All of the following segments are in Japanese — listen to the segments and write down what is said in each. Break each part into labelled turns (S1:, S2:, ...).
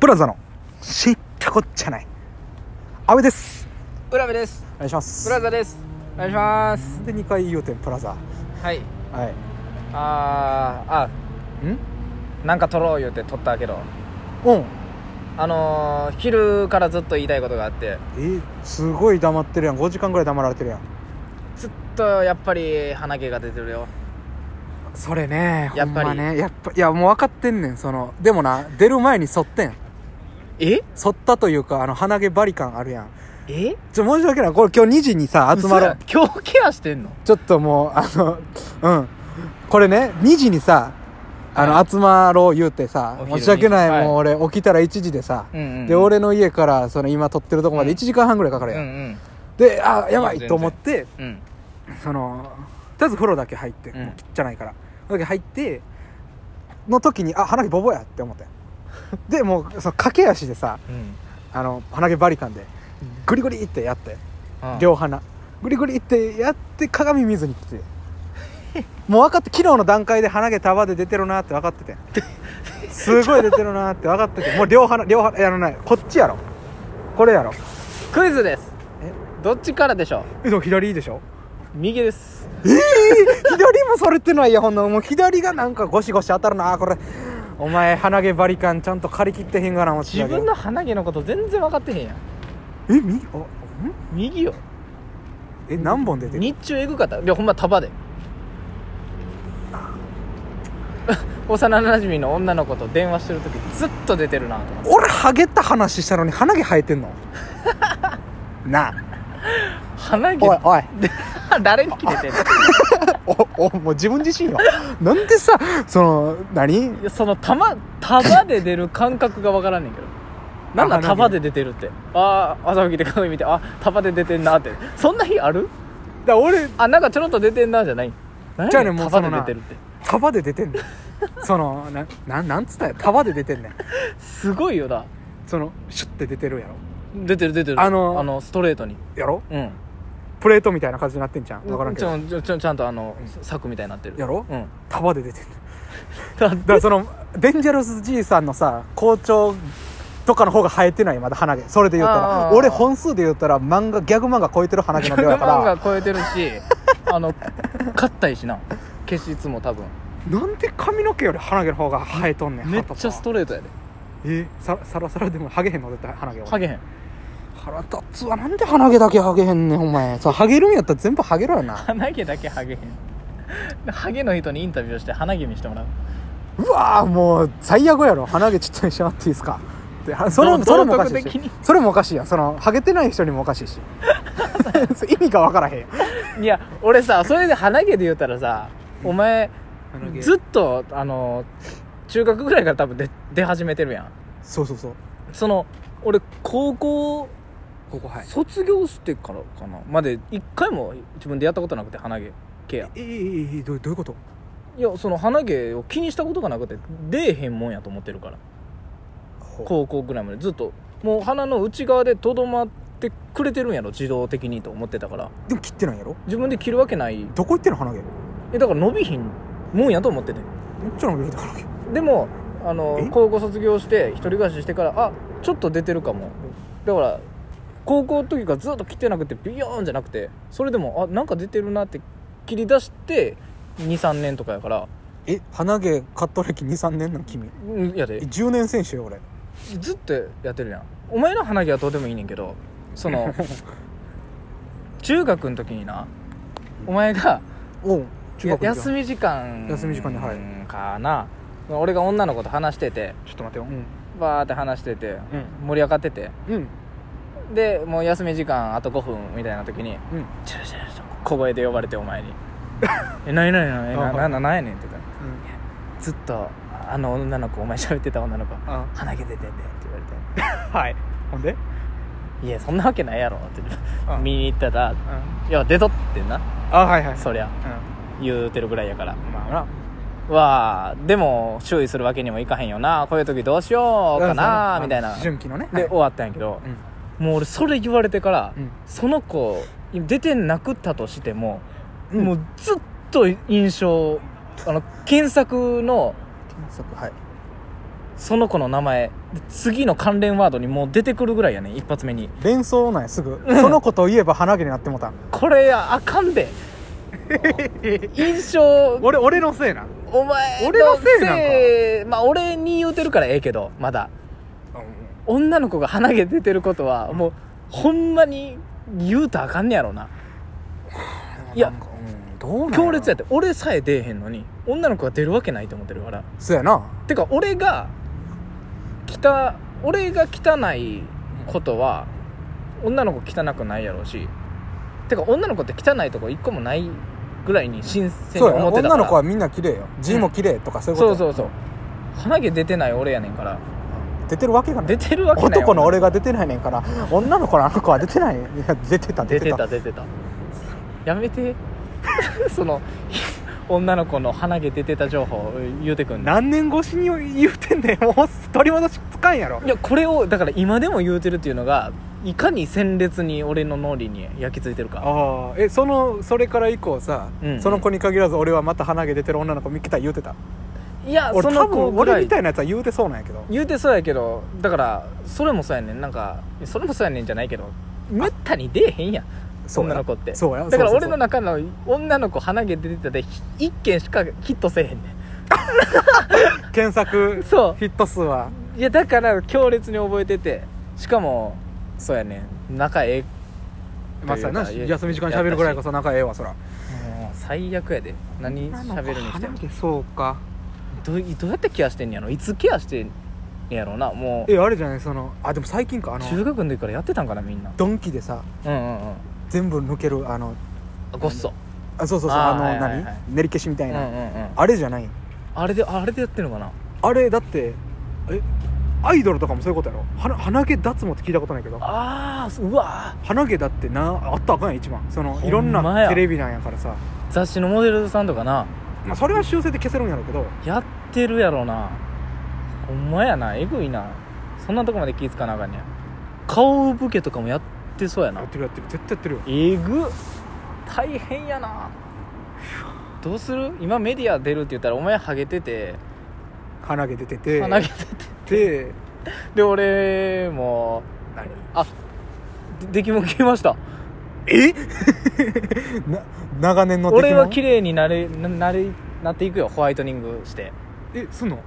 S1: プラザの知ったこっちゃない阿部です
S2: 浦部です
S1: お願いします
S2: プラザですお願いします
S1: で2階言うてんプラザ
S2: はい
S1: はい
S2: あーあ
S1: ん
S2: なんか撮ろう言うて撮ったけど
S1: うん
S2: あのー、昼からずっと言いたいことがあって
S1: えすごい黙ってるやん5時間ぐらい黙られてるやん
S2: ずっとやっぱり鼻毛が出てるよ
S1: それね
S2: やっぱり
S1: ほんまねやっぱいやもう分かってんねんそのでもな出る前に剃ってん
S2: え
S1: 剃ったというかあの鼻毛バリ感あるやん
S2: え
S1: ちょ申し訳ないこれ今日2時にさ集まろう
S2: 今日ケアしてんの
S1: ちょっともうあのうんこれね2時にさあの、
S2: は
S1: 集まろう言うてさ
S2: お昼
S1: 申
S2: に
S1: し訳ない、
S2: はい
S1: もう俺起きたら1時でさ、
S2: うんうんうん
S1: で俺の家からその今撮ってるとこまで1時間半ぐらいかか
S2: う
S1: る
S2: ん
S1: や、
S2: うんん
S1: であやば
S2: い
S1: い
S2: や
S1: と思って
S2: うん
S1: そのとりあえず風呂だけ入って、
S2: う
S1: も
S2: ん
S1: うきっちゃないから風呂だけ入っての時にあ鼻毛ボボやって 思ってでもうその駆け足でさ
S2: うん
S1: あの鼻毛バリカンでグリグリってやって
S2: あ
S1: 両鼻グリグリってやって鏡見ずに来てもう分かって昨日の段階で鼻毛束で出てるなって分かって てすごい出てるなって分かっててもう両鼻両鼻やのないこっちやろこれやろ
S2: クイズです
S1: え
S2: どっちからでしょう
S1: えでも左いいでしょ
S2: 右です
S1: 左もそれってないやほんのもう左がなんかゴシゴシ当たるなあーこれお前鼻毛バリカンちゃんと借り切ってへんがなもう
S2: 自分の鼻毛のこと全然分かってへんやん
S1: えみあん
S2: 右よ
S1: え何本出てる
S2: 日中えぐかったいやほんま束で 幼なじみの女の子と電話してる時ずっと出てるなと思って
S1: 俺ハゲった話したのに鼻毛生えてん のなあ
S2: 鼻毛
S1: おいおい
S2: 誰に切れてん
S1: お、お、もう自分自身よ。なんでさ、その、何
S2: のその束束で出る感覚が分からんねんけどなんだ
S1: あ鼻毛
S2: 束で出てるってああ朝起きて鏡見てあ束で出てんなってそんな日ある
S1: だ俺、
S2: あなんかちょろっと出てんなじゃない何
S1: じゃあ
S2: や
S1: ね
S2: ねん
S1: もう
S2: 束
S1: その
S2: で
S1: な
S2: 出てるって
S1: 束で出てんねん。その、な、なん、なんつったんや。束で出てんねん。
S2: すごいよな
S1: その、シュッて出てるやろ。
S2: 出てる出てる
S1: あの
S2: あのストレートに
S1: やろ
S2: うん
S1: プレートみたいな感じになってんじゃん。わからんけ
S2: ち
S1: ど。
S2: ょちょちょちゃんとあの柵みたいになってる
S1: やろ
S2: うん
S1: 束で出てんねん。
S2: だ
S1: だからその、デンジャロスじいさんのさ、校長とかの方が生えてない、まだ鼻毛。それで言った
S2: あ
S1: ら。
S2: ー
S1: 俺本数で言ったら漫画、ギャグ漫画超えてる鼻毛の量やか
S2: マン
S1: ら
S2: が。超えてるし あの硬いしな毛質も多分
S1: なんで髪の毛より鼻毛の方が生えとんねん。
S2: めっちゃストレートやで
S1: えさサラサラでもハゲへんの絶対鼻毛は
S2: ハゲへん
S1: 腹立つわなんで鼻毛だけハゲへんねんお前そうハゲるんやったら全部ハゲろよな
S2: 鼻毛だけハゲへんハゲの人にインタビューして鼻毛見してもらう
S1: うわーもう最悪やろ鼻毛ちょっとにしてもらっていいですかであそれも
S2: 道
S1: それ
S2: 徳
S1: もおかしい
S2: 的に
S1: しそれもおかしいやんそのハゲてない人にもおかし いしそう意味がわからへん
S2: いや俺さそれで鼻毛で言うたらさお前ずっとあの中学ぐらいから多分出出始めてるやん
S1: そうそうそう
S2: その俺高校
S1: ここは
S2: 卒業してからかなまで一回も自分でやったことなくて鼻毛ケア
S1: ええええどうどういうこと
S2: いやその鼻毛を気にしたことがなくて出えへんもんやと思ってるから
S1: こ
S2: 高校ぐらいまでずっともう鼻の内側でとどまってくれてるんやろ自動的にと思ってたから
S1: うでも切ってないやろ
S2: 自分で切るわけない
S1: どこ行ってんの鼻毛めっ
S2: えだから伸びひんもんやと思ってて
S1: ちゃ伸びるで鼻毛
S2: でもあの
S1: え
S2: 高校卒業して一人暮らししてからあちょっと出てるかもだから高校の時からずっと切ってなくてビヨーンじゃなくてそれでもあなんか出てるなって切り出して23年とかやから
S1: え鼻毛カット歴23年なの君
S2: うんやで
S1: え10年選手よ俺
S2: ずっとやってるやんお前の鼻毛はどうでもいいねんけどその 中学の時になお前が
S1: おう中学
S2: や休み時間
S1: 休み時間にはい
S2: かな俺が女の子と話してて
S1: ちょっと待ってようん
S2: バーって話してて
S1: う
S2: 盛り上がってて
S1: んうん
S2: でもう休み時間あと5分みたいな時に
S1: うん
S2: 「ちょちょちょ」小声で呼ばれてお 前に「え何何何えななななんやねん」って言ったら「ずっとあの女の子お前喋ってた女の子
S1: あ
S2: 鼻毛出てんで」って言われて
S1: はいほんで
S2: いやそんなわけないやろって
S1: うん
S2: 見に行ったら「
S1: あ
S2: いや出とってんな
S1: はいはい
S2: そりゃ
S1: う
S2: 言うてるぐらいやから
S1: んまあな
S2: わあでも注意するわけにもいかへんよなこういう時どうしようかなみたいなで
S1: 純喜のね
S2: 終わったんやけど
S1: うん
S2: もう俺それ言われてから
S1: うん
S2: その子出てなくったとしても
S1: うん
S2: もうずっと印象あの検索の
S1: 検索はい
S2: その子の名前で次の関連ワードにもう出てくるぐらいやねん一発目に
S1: 連想ないすぐそのことを言えば鼻毛になってもうた
S2: これあかんで印象
S1: 俺俺のせいな
S2: お前
S1: 俺のせいなんか
S2: いまあ俺に言うてるからええけどまだ女の子が鼻毛出てることはもうほんまに言うたらあかんねやろな
S1: うん
S2: いや
S1: なんかうんどうなん
S2: 強烈やっ
S1: って
S2: 俺さえ出えへんのに女の子が出るわけないと思ってるから
S1: そうやな
S2: てか俺が汚俺が汚いことは女の子汚くないやろうしてか女の子って汚いとこ一個もないぐらいに新鮮に
S1: そうや
S2: 思ってたから
S1: 女の子はみんな綺麗よ字も綺麗とかそういうこと
S2: そう
S1: や
S2: そうそう鼻毛出てない俺やねんから
S1: 出てるわけがない
S2: 出てるわけない
S1: 男の俺が出てないねんから女の子のあの子は出てないいや出てた
S2: 出
S1: 出て
S2: て
S1: た
S2: た出てたやめて その女の子の鼻毛出てた情報言うてくんね
S1: 何年越しに言うてんねんもう取り戻しつかんやろ
S2: いやこれをだから今でも言うてるっていうのがいかに鮮烈に俺の脳裏に焼き付いてるか
S1: ああえそのそれから以降さ、
S2: うん
S1: その子に限らず俺はまた鼻毛出てる女の子見つけた言うてた
S2: いや
S1: 俺
S2: そ
S1: 多
S2: の子
S1: 分
S2: ぐら
S1: 俺
S2: い
S1: みたいなやつは言うてそうなんやけど
S2: 言うてそうやけどだからそれもそうやねんなんかそれもそうやねんじゃないけどめったに出えへんやん
S1: そうや
S2: 女の子って
S1: そうや
S2: だから俺
S1: そうそうそ
S2: の
S1: う
S2: 中の女の子鼻毛出てたで1件しかヒットせえへんね
S1: 検索
S2: んそう
S1: ヒット数はい
S2: やだから強烈に覚えててしかもそうやねん仲ええ
S1: まあそうやな
S2: というか
S1: 休み時間に喋るぐらいこそ仲ええわそら
S2: もう最悪やで何喋るにして
S1: 鼻
S2: も
S1: 毛そうか
S2: どういどうやってケアしてんねやろいつケアしてんねやろなもう
S1: えあれじゃないそのあでも最近かあ
S2: 中
S1: の
S2: 学の時からやってたんかなみんな
S1: ドンキでさ
S2: うんうんうん
S1: 全部抜けるあの
S2: あごっそ
S1: あそうそうそうあ
S2: あー
S1: の、
S2: はいはいはい
S1: 何練り消しみた
S2: う
S1: い
S2: んうんう
S1: な、
S2: ん
S1: あれじゃない
S2: あれであれでやってるのかな
S1: あれだってえアイドルとかもそういうことやろ鼻鼻毛脱毛って聞いたことないけど
S2: ああうわ
S1: 鼻毛だってなあったらあかんやん一番その
S2: ほんまや
S1: いろんなテレビなんやからさ、
S2: ー雑誌のモデルさんとかな
S1: まあ、それは修正で消せるんやろうけど
S2: やってるやろなほんまやなえぐいなそんなとこまで気ぃつかなあかんねや顔受けとかもやってそうやな
S1: やってるやってる絶対やってるよ
S2: えぐ大変やなどうする今メディア出るって言ったらお前ハゲてて
S1: 鼻毛出てて
S2: 鼻毛て
S1: で
S2: で俺も
S1: 何
S2: で出来も消えました
S1: え な長年の敵の
S2: 俺は綺麗になれななれなっていくよホワイトニングして
S1: えすんの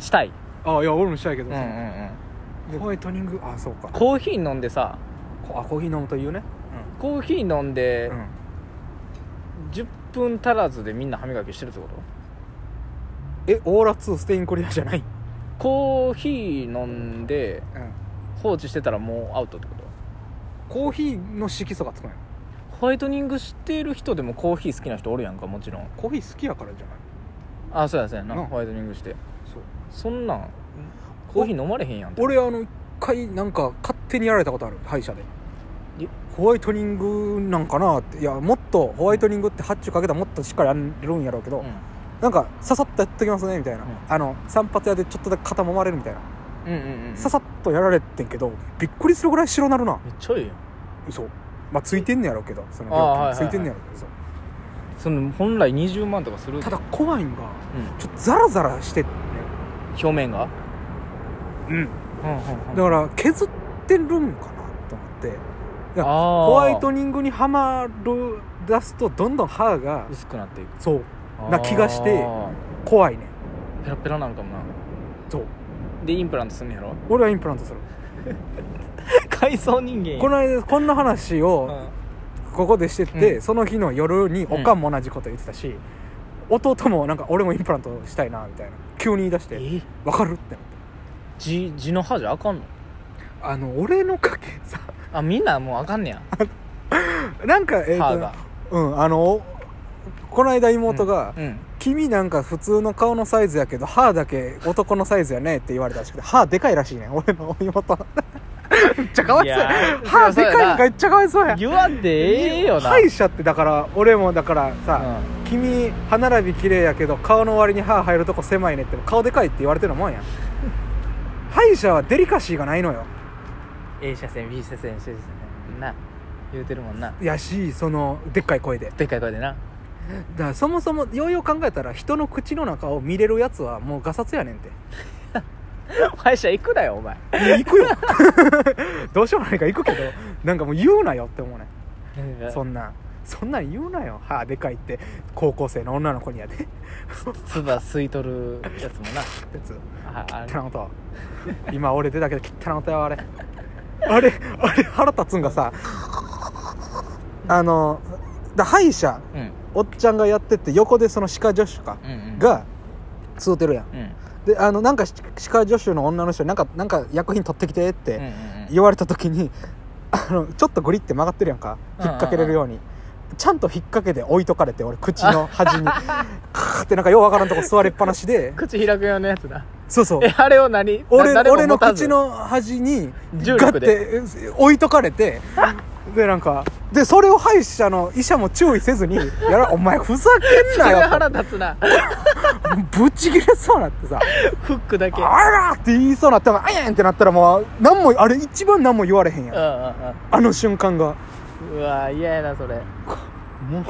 S2: したい
S1: あいや俺もしたいけ
S2: う
S1: ど、
S2: んうんうん
S1: でホワイトニングあそうか
S2: コーヒー飲んでさ
S1: こあコーヒー飲むというね
S2: コーヒー飲ん
S1: う
S2: で
S1: ん、うん、
S2: 10分足らずでみんな歯磨きしてるってこと
S1: えオーラ2ステインコリアじゃない、
S2: コーヒー飲んで
S1: うん、
S2: 放置してたらもうアウトってこと
S1: コーヒーの色素がつくんや
S2: ホワイトニングしてる人でもコーヒー好きな人おるやんかもちろん
S1: コーヒー好きやからじゃない
S2: あそうやそうやな
S1: な
S2: ホワイトニングして
S1: そう
S2: そんなんコーヒー飲まれへんやん
S1: 俺あの一回なんか勝手にやられたことある歯医者で
S2: え
S1: ホワイトニングなんかなっていやもっとホワイトニングってハッチュかけたらもっとしっかりやるんやろうけど、
S2: う
S1: なんかささっとやっときますねみたいな、
S2: うん
S1: あの散髪屋でちょっとだけ肩揉まれるみたいな、
S2: んうんうんうん
S1: ささっとやられてんけどびっくりするぐらい白なるな
S2: めっちゃいいやん
S1: 嘘まあついてんねやろうけどその
S2: あ
S1: 料
S2: ーはいはいは
S1: 金つ
S2: い
S1: いてんねやろうけどそう
S2: その本来20万とかする
S1: ただ怖いんが
S2: うん
S1: ちょっとザラザラしてんね
S2: 表面が
S1: うん
S2: うんうん
S1: だから削ってるんかなと思ってら
S2: ホ
S1: ホワイトニングにはまる出すとどんどん歯が
S2: 薄くなっていく
S1: そうな気がして
S2: あ
S1: 怖いね
S2: ーペラペラなのかもな
S1: そう
S2: でインプラントすんねやろ
S1: 俺はインプラントする
S2: 海藻人間やん
S1: この間こんな話
S2: う
S1: を
S2: ん
S1: ここでしてて、
S2: うん
S1: その日の夜に
S2: うん
S1: おかんも同じこと言ってたし、弟もなんか俺もインプラントしたいなみたいな急に言い出して
S2: え
S1: わかるってなって
S2: 地地の歯じゃあかんの
S1: あの俺の家系さ
S2: あみんなもうあかんねや
S1: なんかえっ、
S2: 歯
S1: と
S2: が
S1: うんあのこの間妹が、
S2: うん
S1: 君なんか普通の顔のサイズやけど歯だけ男のサイズやねって言われたらしくて歯でかいらしいね俺の妹 めっちゃかわいそうや
S2: いやー
S1: 歯でかいの
S2: そうやな
S1: めっちゃかわいそうや
S2: 言わんでええよな
S1: 歯医者ってだから俺もだから
S2: う
S1: さ、
S2: ん
S1: 君歯並び綺麗やけど顔の割に歯入るとこ狭いねって顔でかいって言われてるもん や歯医者はデリカシーがないのよ
S2: A 車線 B 車線 C 車線な言うてるもんな
S1: やしそのでっかい声で
S2: でっかい声でな
S1: だからそもそもようよう考えたら人の口の中を見れるやつはもうガサツやねんて
S2: 歯医者行くなよお前
S1: いや行くよ どうしようもないから行くけどなんかもう言うなよって思うねそ
S2: そ
S1: んなんそんなん言うなよ歯でかいって高校生の女の子にやで
S2: 唾吸い取るやつもな
S1: やつ
S2: ああ
S1: 汚な音今俺出たけど汚な音やわあれあれあれ腹立つんがさあのだ歯医者
S2: うん
S1: おっちゃんがやってて横でその歯科助手か
S2: うんうん
S1: が吸うてるやん
S2: うんうん
S1: であのなんか歯歯科助手の女の人になんかなんか薬品取ってきてっ
S2: うんう
S1: て
S2: ん
S1: 言われた時にあのちょっとグリって曲がってるやんか引っ掛けれるようにちゃんと引っ掛けて置いとかれて俺口の端にカーってなんかようわからんとこ座りっぱなしで
S2: 口開くようなやつな
S1: そうそう
S2: えあれを何な
S1: 俺
S2: 誰も
S1: 俺の
S2: 持たず
S1: 口の端に
S2: 重
S1: ガ
S2: 力
S1: ッ
S2: で
S1: てえ置いとかれ てでなんかでそれを歯医者の医者も注意せずに「やらお前ふざけん
S2: そ
S1: な
S2: れ
S1: よ
S2: 腹立つな」
S1: ぶち切れそうになってさ
S2: フック
S1: 「
S2: だけうんうん
S1: あら!」って言いそうになったら「あやん!」ってなったらもう何もあれ一番何も言われへんやん
S2: う
S1: あの瞬間が
S2: んうわ嫌やなそれ
S1: もう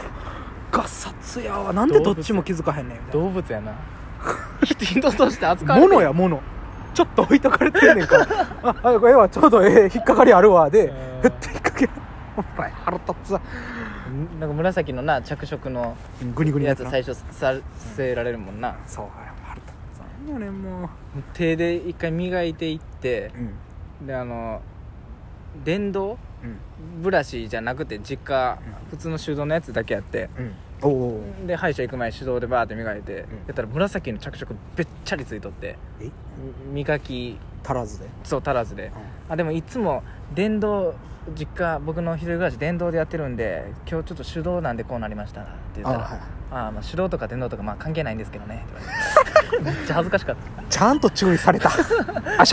S1: ガサツやわなんでどっちも気づかへんねんみたい
S2: 動物やな人として扱
S1: な
S2: われて
S1: 物や物ちょっと置いとかれてんねん から「ああこれはちょうどええ引っかかりあるわ」で
S2: うん
S1: ふって引っ掛けお前腹立つわ
S2: んなんか紫のな着色の
S1: グニグニの
S2: や
S1: やつ
S2: つ
S1: な
S2: 最初させられるもんな
S1: そう腹立つわよねもう
S2: 手で一回磨いていって
S1: うん
S2: であの電動
S1: うん
S2: ブラシじゃなくて実家普通の手動のやつだけやって
S1: うんおお
S2: で歯医者行く前に手動でバーって磨いて
S1: ん
S2: やったら紫の着色べっちゃりついとって
S1: え
S2: み磨き
S1: 足らずで
S2: そう足らずであでもいつも電動実家僕の一人暮らし電動でやってるんで今日ちょっと手動なんでこうなりましたって言っ
S1: あ
S2: たら
S1: は
S2: ああまあ手動とか電 動とかまあ関係ないんですけどねって言われてめっちゃ恥ずかしかっ た
S1: いちゃんと注意されたあっしゃ